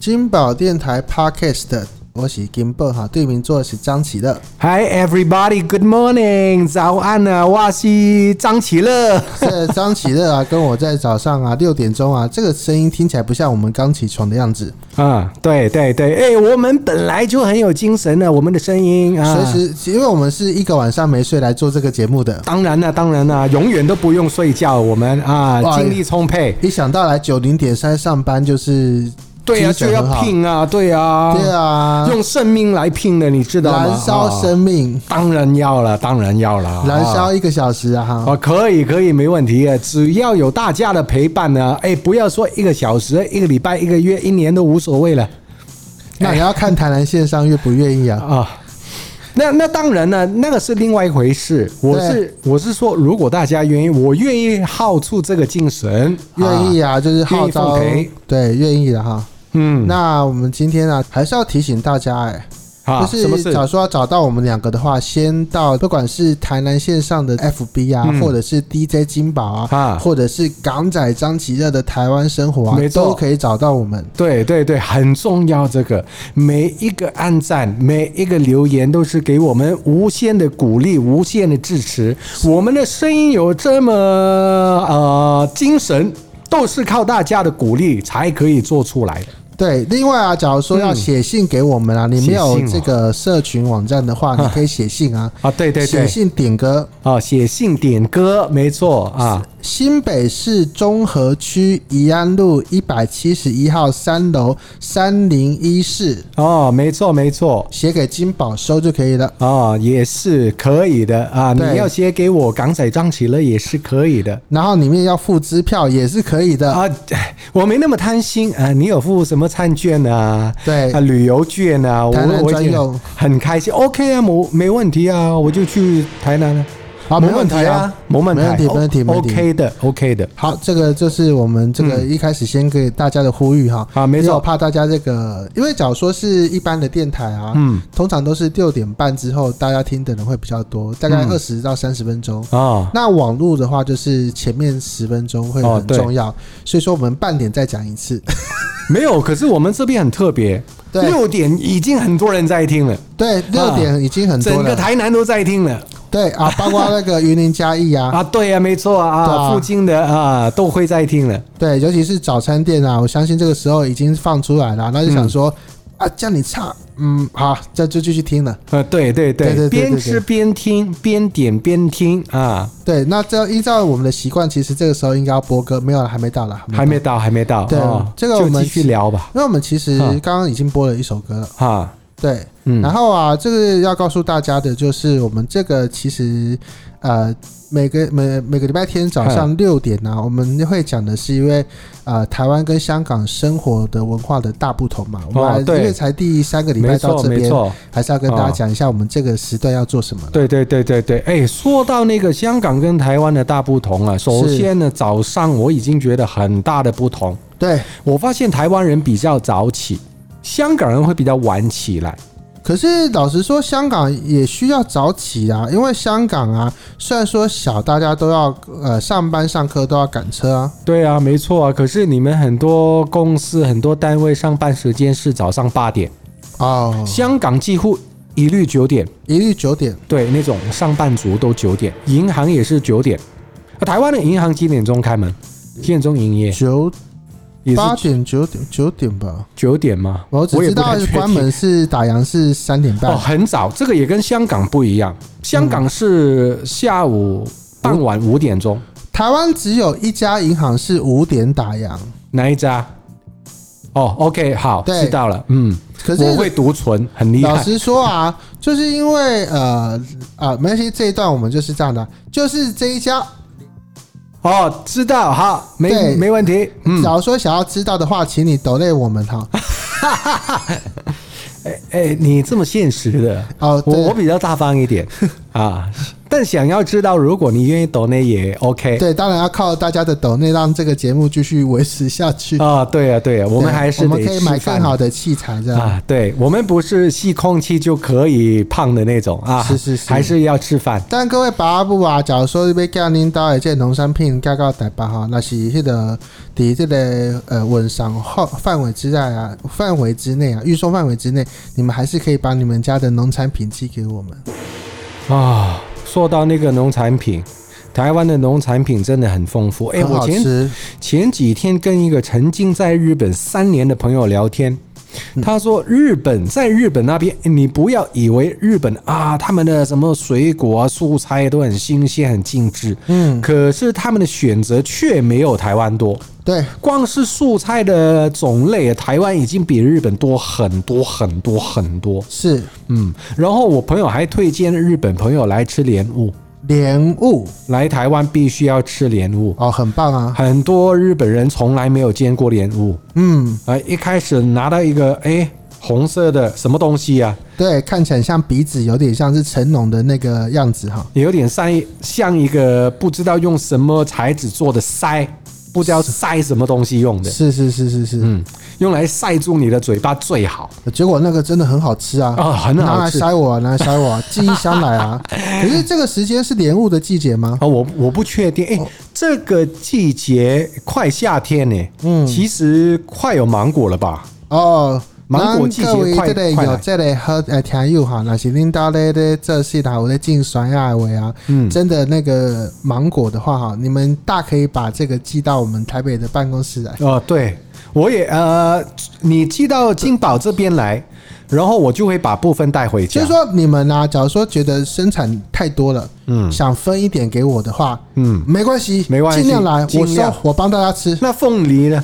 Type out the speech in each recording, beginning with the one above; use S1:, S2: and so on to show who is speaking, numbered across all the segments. S1: 金宝电台 Podcast，我是金宝哈，对面坐的是张启乐。
S2: Hi everybody, good morning，早安啊！哇西张启乐，
S1: 这张启乐啊，跟我在早上啊六点钟啊，这个声音听起来不像我们刚起床的样子，
S2: 啊，对对对，哎、我们本来就很有精神的，我们的声音啊，
S1: 随时因为我们是一个晚上没睡来做这个节目的。
S2: 当然了、啊当然了、永远都不用睡觉，我们啊，
S1: 哇
S2: 精力充沛，
S1: 一想到来九零点三上班就是
S2: 对啊，
S1: 精
S2: 就
S1: 神
S2: 要
S1: 很好，
S2: 拼啊，对啊，
S1: 对啊，
S2: 用生命来拼的，你知道吗？
S1: 燃烧
S2: 啊
S1: 生命，
S2: 当然要了，当然要了，
S1: 燃
S2: 啊
S1: 烧一个小时啊哈。
S2: 哦，可以可以，没问题啊！只要有大家的陪伴呢，哎，不要说一个小时、一个礼拜、一个月、一年都无所谓了
S1: 那哎也要看台南线上愿不愿意啊。
S2: 啊。那那当然了，那个是另外一回事。我
S1: 对
S2: 是我是说，如果大家愿意，我愿意耗出这个精神，
S1: 愿意
S2: 啊。
S1: 啊，就是号召
S2: 愿意奉陪，
S1: 对，愿意的哈。
S2: 嗯，
S1: 那我们今天呢、还是要提醒大家、哎、
S2: 啊，什么
S1: 就是
S2: 事？
S1: 假如说要找到我们两个的话，先到不管是台南线上的 FB 啊，
S2: 嗯
S1: 或者是 DJ 金宝啊，
S2: 啊
S1: 或者是港仔张奇热的台湾生活啊
S2: 没，错
S1: 都可以找到我们。
S2: 对对对，很重要。这个每一个按赞，每一个留言，都是给我们无限的鼓励，无限的支持。我们的声音有这么呃精神，都是靠大家的鼓励才可以做出来的。
S1: 对，另外啊，假如说要写信给我们啊，你没有
S2: 写信哦
S1: 这个社群网站的话，你可以写信啊，
S2: 啊，对对
S1: 写
S2: 对，
S1: 信点歌，
S2: 啊，写信点歌，没错啊，
S1: 新北市中和区宜安路一百七十一号三楼三零一室，
S2: 哦，没错没错。
S1: 写给金宝收就可以了。
S2: 哦，也是可以的啊！你
S1: 对
S2: 要写给我港仔张启乐也是可以的。
S1: 然后里面要付支票也是可以的。
S2: 啊， 我没那么贪心啊！你有付什么餐券啊？
S1: 对
S2: 啊，旅游券啊，我
S1: 台南
S2: 我已
S1: 专
S2: 经
S1: 用
S2: 很开心。OK 啊，没没问题啊，我就去台南了。
S1: 好，
S2: 没
S1: 没问
S2: 问
S1: 题
S2: 题
S1: 啊，
S2: 没问
S1: 没
S2: 题，哦
S1: 问题，没问题，没问题。
S2: OK 的，OK 的。
S1: 好，这个就是我们这个一开始先给大家的呼吁哈。
S2: 啊没错
S1: 因为我怕大家这个，因为假如说是一般的电台啊，
S2: 嗯
S1: 通常都是六点半之后大家听的人会比较多，大概
S2: 嗯
S1: 二十到三十分钟。
S2: 啊
S1: 那网络的话，就是前面十分钟会
S2: 哦
S1: 很
S2: 对
S1: 重要，所以说我们半点再讲一次。
S2: 没有，可是我们这边很特别，
S1: 对
S2: 六点已经很多人在听了，
S1: 对，六点已经很多
S2: 啊整个
S1: 了。
S2: 台南都在听了
S1: 对啊，包括那个云林嘉义 啊，
S2: 啊！对啊，没错啊，
S1: 对
S2: 啊
S1: 啊
S2: 附近的啊都会在听了。
S1: 对，尤其是早餐店啊，我相信这个时候已经放出来了，那
S2: 嗯
S1: 就想说、啊，叫你唱，嗯，好，这就继续听了。
S2: 呃，对对
S1: 对对对对
S2: 边
S1: 对
S2: 吃边听，边点边听啊，
S1: 对，那这依照我们的习惯，其实这个时候应该要播歌，没有了，还没到了，
S2: 还
S1: 到
S2: 没。到，还没到。
S1: 对
S2: 哦
S1: 这个我
S2: 就
S1: 们
S2: 继续聊吧。
S1: 因为我们其实
S2: 嗯
S1: 刚刚已经播了一首歌了，
S2: 哈，
S1: 对，
S2: 嗯
S1: 然后啊，这个要告诉大家的就是，我们这个其实呃，每个每每个礼拜天早上六点呢、我们会讲的是因为呃，台湾跟香港生活的文化的大不同嘛，我们
S2: 哦
S1: 还因
S2: 对
S1: 为才第三个礼
S2: 没
S1: 拜到
S2: 错
S1: 这
S2: 没
S1: 边，
S2: 错，
S1: 还是要跟大
S2: 哦
S1: 家讲一下我们这个时段要做什么。
S2: 对对对对对，哎，说到那个香港跟台湾的大不同啊，首
S1: 是
S2: 先呢，早上我已经觉得很大的不同，
S1: 对，
S2: 我发现台湾人比较早起，香港人会比较晚起来。
S1: 可是老实说，香港也需要早起啊，因为香港啊，虽然说小，大家都要呃上班上课都要赶车啊，
S2: 对啊，没错啊。可是你们很多公司、很多单位上班时间是早上八点，
S1: 哦，
S2: 香港几乎一律九点。
S1: 一律九点，
S2: 对，那种上班族都九点，银行也是九点。啊台湾的银行几点钟开门？几点钟营业？
S1: 九
S2: 也是
S1: 八点九点九点吧。
S2: 九点吗？
S1: 我只知
S2: 也不
S1: 道
S2: 太确定
S1: 关门是打烊是三点半
S2: 哦，，很早，这个也跟香港不一样。香港是下午傍晚五点钟，
S1: 台湾只有一家银行是五点打烊，
S2: 哪一家？哦，OK，好，
S1: 对
S2: 知道了。嗯，
S1: 可
S2: 我
S1: 是
S2: 会读唇，很厉
S1: 老
S2: 害。
S1: 实说啊，就是因为呃啊，没关系，这一段我们就是这样的啊，就是这一家
S2: 哦，知道，好，
S1: 对
S2: 没没问题。嗯，
S1: 假如说想要知道的话，请你抖内我们哈。
S2: 哎，你这么现实的，
S1: 哦，
S2: 我
S1: 对
S2: 我比较大方一点啊，更想要知道，如果你愿意抖内也 OK。
S1: 对，当然要靠大家的抖内让这个节目继续维持下去。
S2: 啊、对啊，对啊，我
S1: 我
S2: 们还是
S1: 我
S2: 得
S1: 们可以买
S2: 吃饭
S1: 更好的器材，这样。
S2: 啊，对，我们不是吸空气就可以胖的那种啊，
S1: 是是是
S2: 还是要吃饭。
S1: 但各位爸母啊，假如说要叫恁兜的这个农产品寄到台北吼，那是迄、个伫这个呃文商范范围之内啊，范围之内啊，预送范围之内，你们还是可以把你们家的农产品寄给我们。
S2: 啊，说到那个农产品，台湾的农产品真的很丰富。哎，
S1: 很
S2: 我
S1: 好
S2: 前
S1: 吃，
S2: 前几天跟一个曾经在日本三年的朋友聊天。他说：“日本在日本那边，哎你不要以为日本啊，他们的什么水果啊、蔬菜都很新鲜、很精致，
S1: 嗯，
S2: 可是他们的选择却没有台湾多。
S1: 对，
S2: 光是蔬菜的种类，台湾已经比日本多很多很多很多。
S1: 是
S2: 嗯，然后我朋友还推荐日本朋友来吃莲雾，
S1: 莲雾
S2: 来台湾必须要吃莲雾。
S1: 哦，很棒啊，
S2: 很多日本人从来没有见过莲雾，
S1: 嗯，
S2: 啊，一开始拿到一个哎红色的什么东西啊，
S1: 对，看起来像鼻子有点像是成龙的那个样子哈，
S2: 有点像一像一个不知道用什么材质做的塞，不知道塞什么东西用的，
S1: 是是是是是，
S2: 嗯，用来塞住你的嘴巴最好。
S1: 结果那个真的很好吃啊，
S2: 啊很好
S1: 拿来
S2: 吃
S1: 塞我啊，拿来塞 我啊，寄一箱来啊。可是这个时间是莲雾的季节吗？
S2: 啊，我我不确定。哎、这个季节快夏天呢、嗯，其实快有芒果了吧？
S1: 哦，
S2: 芒果季节
S1: 咱各位
S2: 快
S1: 这个
S2: 快来
S1: 有这个喝呃听友哈，那是恁到咧咧这是啦，有咧进酸亚维啊，
S2: 嗯
S1: 真的那个芒果的话哈，你们大可以把这个寄到我们台北的办公室来。
S2: 哦、对，我也呃，你寄到金宝这边来，然后我就会把部分带回
S1: 就
S2: 家。
S1: 是说你们呢、假如说觉得生产太多了，嗯，想分一点给我的话，
S2: 嗯，
S1: 没关系，
S2: 没关系
S1: 尽量来，我
S2: 尽
S1: 收
S2: 量，
S1: 我帮大家吃，
S2: 那凤梨呢？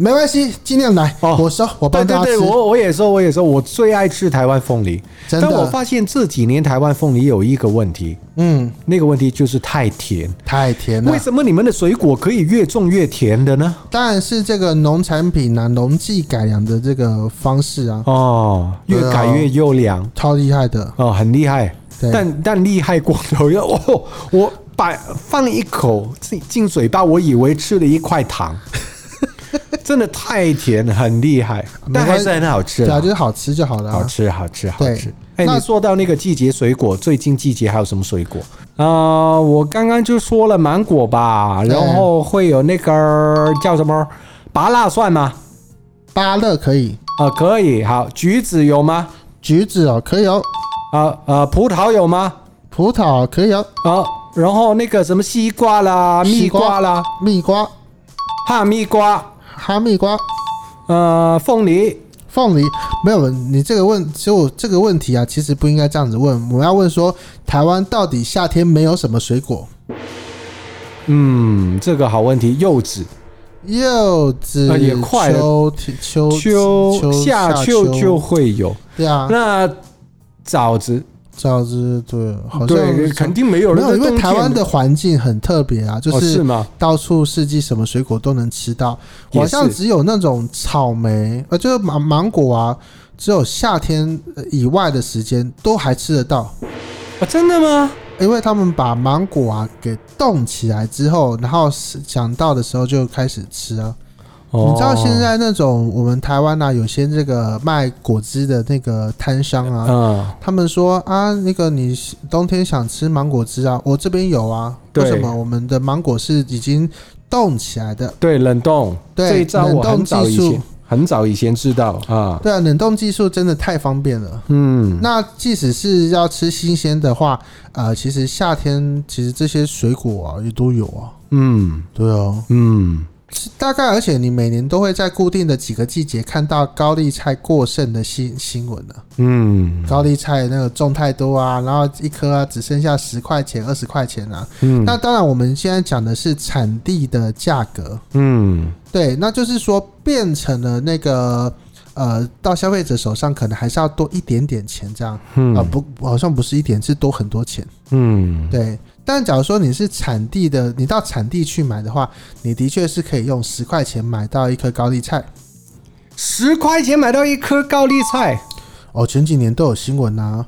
S1: 没关系，尽量来，
S2: 哦
S1: 我收，我
S2: 对
S1: 帮
S2: 对
S1: 大家
S2: 对，
S1: 吃。
S2: 我我也说，我也说，我最爱吃台湾凤梨。
S1: 真的
S2: 但我发现这几年台湾凤梨有一个问题，
S1: 嗯，
S2: 那个问题就是太甜。
S1: 太甜了
S2: 为。什么你们的水果可以越种越甜的呢？
S1: 当然是这个农产品啊，农技改良的这个方式啊，
S2: 哦，越
S1: 对啊
S2: 改越优良。
S1: 超厉害的。
S2: 哦，很厉害，
S1: 对
S2: 但但厉害过头 了哦！我把放一口进进嘴巴，我以为吃了一 块糖，真的太甜，很厉害，但还是很好吃
S1: 对
S2: 啦
S1: 啊，就是好吃就好了、
S2: 好
S1: 啊。
S2: 吃，好吃，好
S1: 对
S2: 吃。哎，
S1: 那
S2: 你说到那个季节水果，最近季节还有什么水果？啊，我刚刚就说了芒果吧，
S1: 对
S2: 然后会有那个叫什么拔蜡蒜吗？
S1: 芭乐可以，
S2: 啊，可以。好，橘子有吗？
S1: 橘子哦可以哦，
S2: 啊呃，葡萄有吗？
S1: 葡萄可以哦，
S2: 好，然后那个什么西瓜啦、蜜
S1: 西瓜
S2: 瓜啦、
S1: 蜜瓜、
S2: 哈密瓜、
S1: 哈密瓜、
S2: 呃，凤梨
S1: 凤梨没有。你这个问，其实我这个问题啊，其实不应该这样子问。我要问说，台湾到底夏天没有什么水果？
S2: 嗯，这个好问题。柚子，
S1: 柚子、
S2: 啊也快了
S1: 秋天秋
S2: 秋夏秋就
S1: 秋
S2: 会有。
S1: 对啊，
S2: 那枣子，
S1: 枣子对，好像
S2: 对，肯定没有
S1: 没有，
S2: 人在
S1: 因为
S2: 冬天
S1: 台湾的环境很特别啊，就
S2: 哦是
S1: 是
S2: 吗？
S1: 到处四季什么水果都能吃到，
S2: 也
S1: 好
S2: 是
S1: 像只有那种草莓，呃，就是芒芒果啊，只有夏天呃以外的时间都还吃得到，
S2: 啊，真的吗？
S1: 因为他们把芒果啊给冻起来之后，然后是想到的时候就开始吃啊。
S2: 哦
S1: 你知道现在那种我们台湾啊，有些这个卖果汁的那个摊商啊，
S2: 嗯，
S1: 他们说啊，那个你冬天想吃芒果汁啊，我这边有啊。
S2: 对
S1: 为什么我们的芒果是已经冻起来的？
S2: 对，冷冻，
S1: 对
S2: 这一招
S1: 冷
S2: 我
S1: 冻
S2: 很早以
S1: 技术
S2: 前很早以前知道啊，
S1: 对啊，冷冻技术真的太方便了。
S2: 嗯，
S1: 那即使是要吃新鲜的话，呃，其实夏天其实这些水果啊也都有啊。
S2: 嗯
S1: 对啊，
S2: 嗯，
S1: 是大概而且你每年都会在固定的几个季节看到高丽菜过剩的新新闻呢、
S2: 嗯
S1: 高丽菜那个种太多啊，然后一颗啊只剩下十块钱、二十块钱啊，
S2: 嗯
S1: 那当然，我们现在讲的是产地的价格，
S2: 嗯，
S1: 对，那就是说变成了那个呃，到消费者手上可能还是要多一点点钱这样啊、
S2: 嗯
S1: 不，好像不是一点，是多很多钱，
S2: 嗯，
S1: 对。但假如说你是产地的，你到产地去买的话，你的确是可以用十块钱买到一颗高丽菜。
S2: 十块钱买到一颗高丽菜，
S1: 哦，前几年都有新闻啊，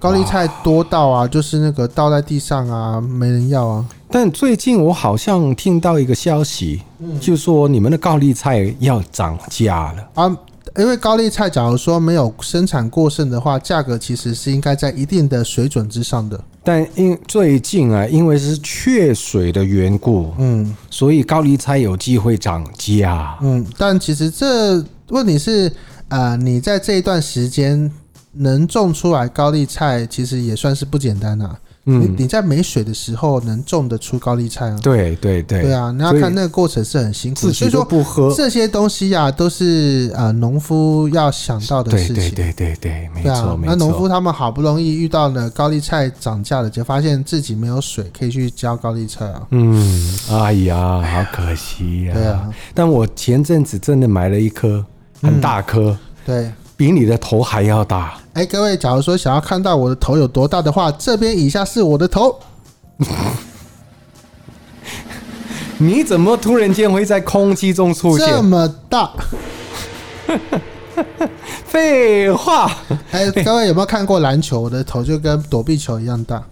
S1: 高丽菜多到啊，就是那个倒在地上啊，没人要啊。
S2: 但最近我好像听到一个消息，
S1: 嗯
S2: 就说你们的高丽菜要涨价了。
S1: 啊，因为高丽菜假如说没有生产过剩的话，价格其实是应该在一定的水准之上的。
S2: 但因最近啊，因为是缺水的缘故，
S1: 嗯
S2: 所以高丽菜有机会涨价。
S1: 嗯，但其实这问题是，呃，你在这一段时间能种出来高丽菜，其实也算是不简单啊。你
S2: 嗯，
S1: 你在没水的时候能种得出高丽菜啊？
S2: 对对对，
S1: 对啊，你要
S2: 所以
S1: 看那个过程是很辛苦
S2: 自
S1: 的，所
S2: 己
S1: 以
S2: 都
S1: 说
S2: 不喝。
S1: 这些东西呀、都是呃农夫要想到的
S2: 对
S1: 事
S2: 对
S1: 情。
S2: 对对对，没
S1: 对
S2: 错
S1: 啊，
S2: 没
S1: 那农
S2: 错。
S1: 夫他们好不容易遇到了高丽菜涨价了，就发现自己没有水可以去浇高丽菜啊。
S2: 嗯，哎呀，好可惜呀、
S1: 对啊，
S2: 但我前阵子真的买了一颗很大颗，
S1: 嗯对。
S2: 比你的头还要大。
S1: 哎，各位，假如说想要看到我的头有多大的话，这边以下是我的头。
S2: 你怎么突然间会在空气中出
S1: 这
S2: 现？
S1: 么大。
S2: 废话，
S1: 哎，各位有没有看过篮球？我的头就跟躲避球一样大。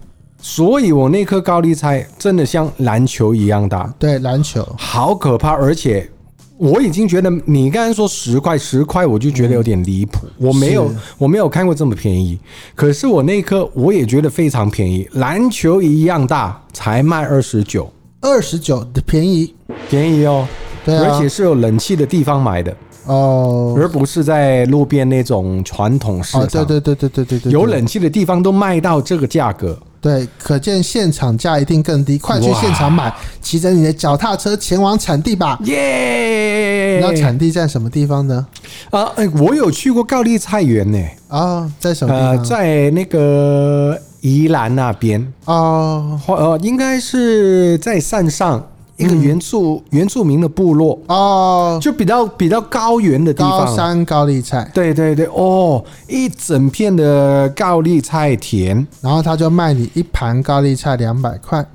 S2: 所以我那颗高丽菜真的像篮球一样大，
S1: 对，篮球。
S2: 好可怕！而且我已经觉得你刚才说十块，十块我就觉得有点离谱，我没有
S1: 嗯是
S2: 我没有看过这么便宜。可是我那颗我也觉得非常便宜，篮球一样大，才卖二十九，
S1: 二十九的便宜，
S2: 便宜哦。
S1: 对啊
S2: 而且是有冷气的地方买的，
S1: 哦
S2: 而不是在路边那种传统市
S1: 哦，
S2: 场。
S1: 对对对对对对对，
S2: 有冷气的地方都卖到这个价格，
S1: 对，可见现场价一定更低，快去现场买，骑着你的脚踏车前往产地吧。
S2: 耶、
S1: 那产地在什么地方呢？
S2: 啊，哎，我有去过高丽菜园呢、
S1: 啊、哦，在什么
S2: 呃，
S1: 地方？
S2: 在那个宜兰那边，
S1: 哦
S2: 或呃，应该是在山上一
S1: 嗯
S2: 个原住、原住民的部落，
S1: 哦，
S2: 就比较比较高原的地方。
S1: 高山高丽菜，
S2: 对对对，哦，一整片的高丽菜田，
S1: 然后他就卖你一盘高丽菜两百块。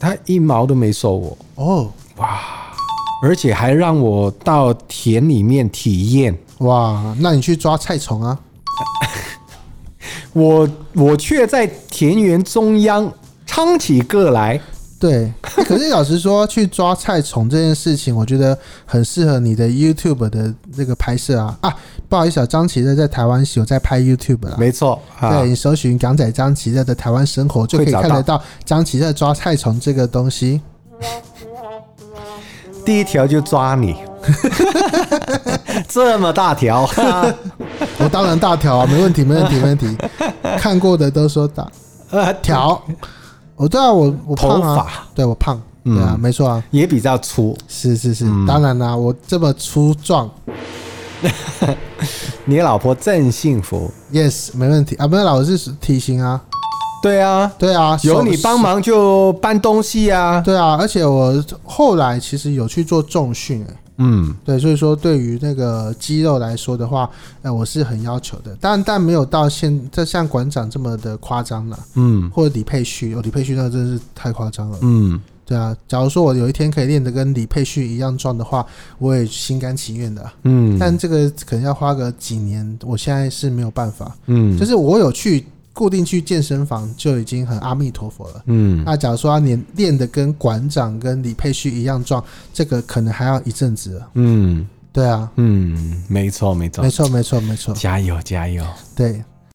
S2: 他一毛都没收我，
S1: 哦，
S2: 而且还让我到田里面体验。
S1: 哇，那你去抓菜虫啊？
S2: 我我却在田园中央唱起歌来。
S1: 对，欸可是老实说， 去抓菜虫这件事情，我觉得很适合你的 YouTube 的那个拍摄啊啊！不好意思啊，张琪乐在台湾是有在拍 YouTube 啦。
S2: 没错，啊
S1: 对，你搜寻“港仔张琪乐的台湾生活”，就可以
S2: 会找
S1: 看得
S2: 到
S1: 到张琪乐抓菜虫这个东西。
S2: 第一条就抓你， 这么大条，
S1: 啊 我当然大条啊，没问题，没问题，没问题。看过的都说大
S2: 呃，
S1: 条，我知道我我胖
S2: 头
S1: 啊
S2: 发，嗯
S1: 对我胖，对啊，没错啊，
S2: 也比较粗。
S1: 是是是，
S2: 嗯
S1: 当然啦、我这么粗壮
S2: 你老婆真幸福。
S1: ，yes，没问题啊，没有啦，我是体型啊。
S2: 对啊，
S1: 对啊，
S2: 有
S1: 手
S2: 你帮。忙就搬东西啊。
S1: 对啊，而且我后来其实有去做重训、欸，
S2: 嗯，
S1: 对，所以说对于那个肌肉来说的话，哎、我是很要求的，但但没有到现这像馆长这么的夸张了，
S2: 嗯，
S1: 或者李佩旭，哦，李佩旭那真是太夸张了，
S2: 嗯，
S1: 对啊，假如说我有一天可以练得跟李佩旭一样壮的话，我也心甘情愿的啊，
S2: 嗯，
S1: 但这个可能要花个几年，我现在是没有办法，
S2: 嗯，
S1: 就是我有去固定去健身房就已经很阿弥陀佛了。
S2: 嗯，
S1: 那假如说他练练的跟馆长跟李佩旭一样壮，这个可能还要一阵子了。
S2: 嗯，
S1: 对啊，
S2: 嗯，没错，没错
S1: 没，错，没错，没错。
S2: 加油，加油。
S1: 对，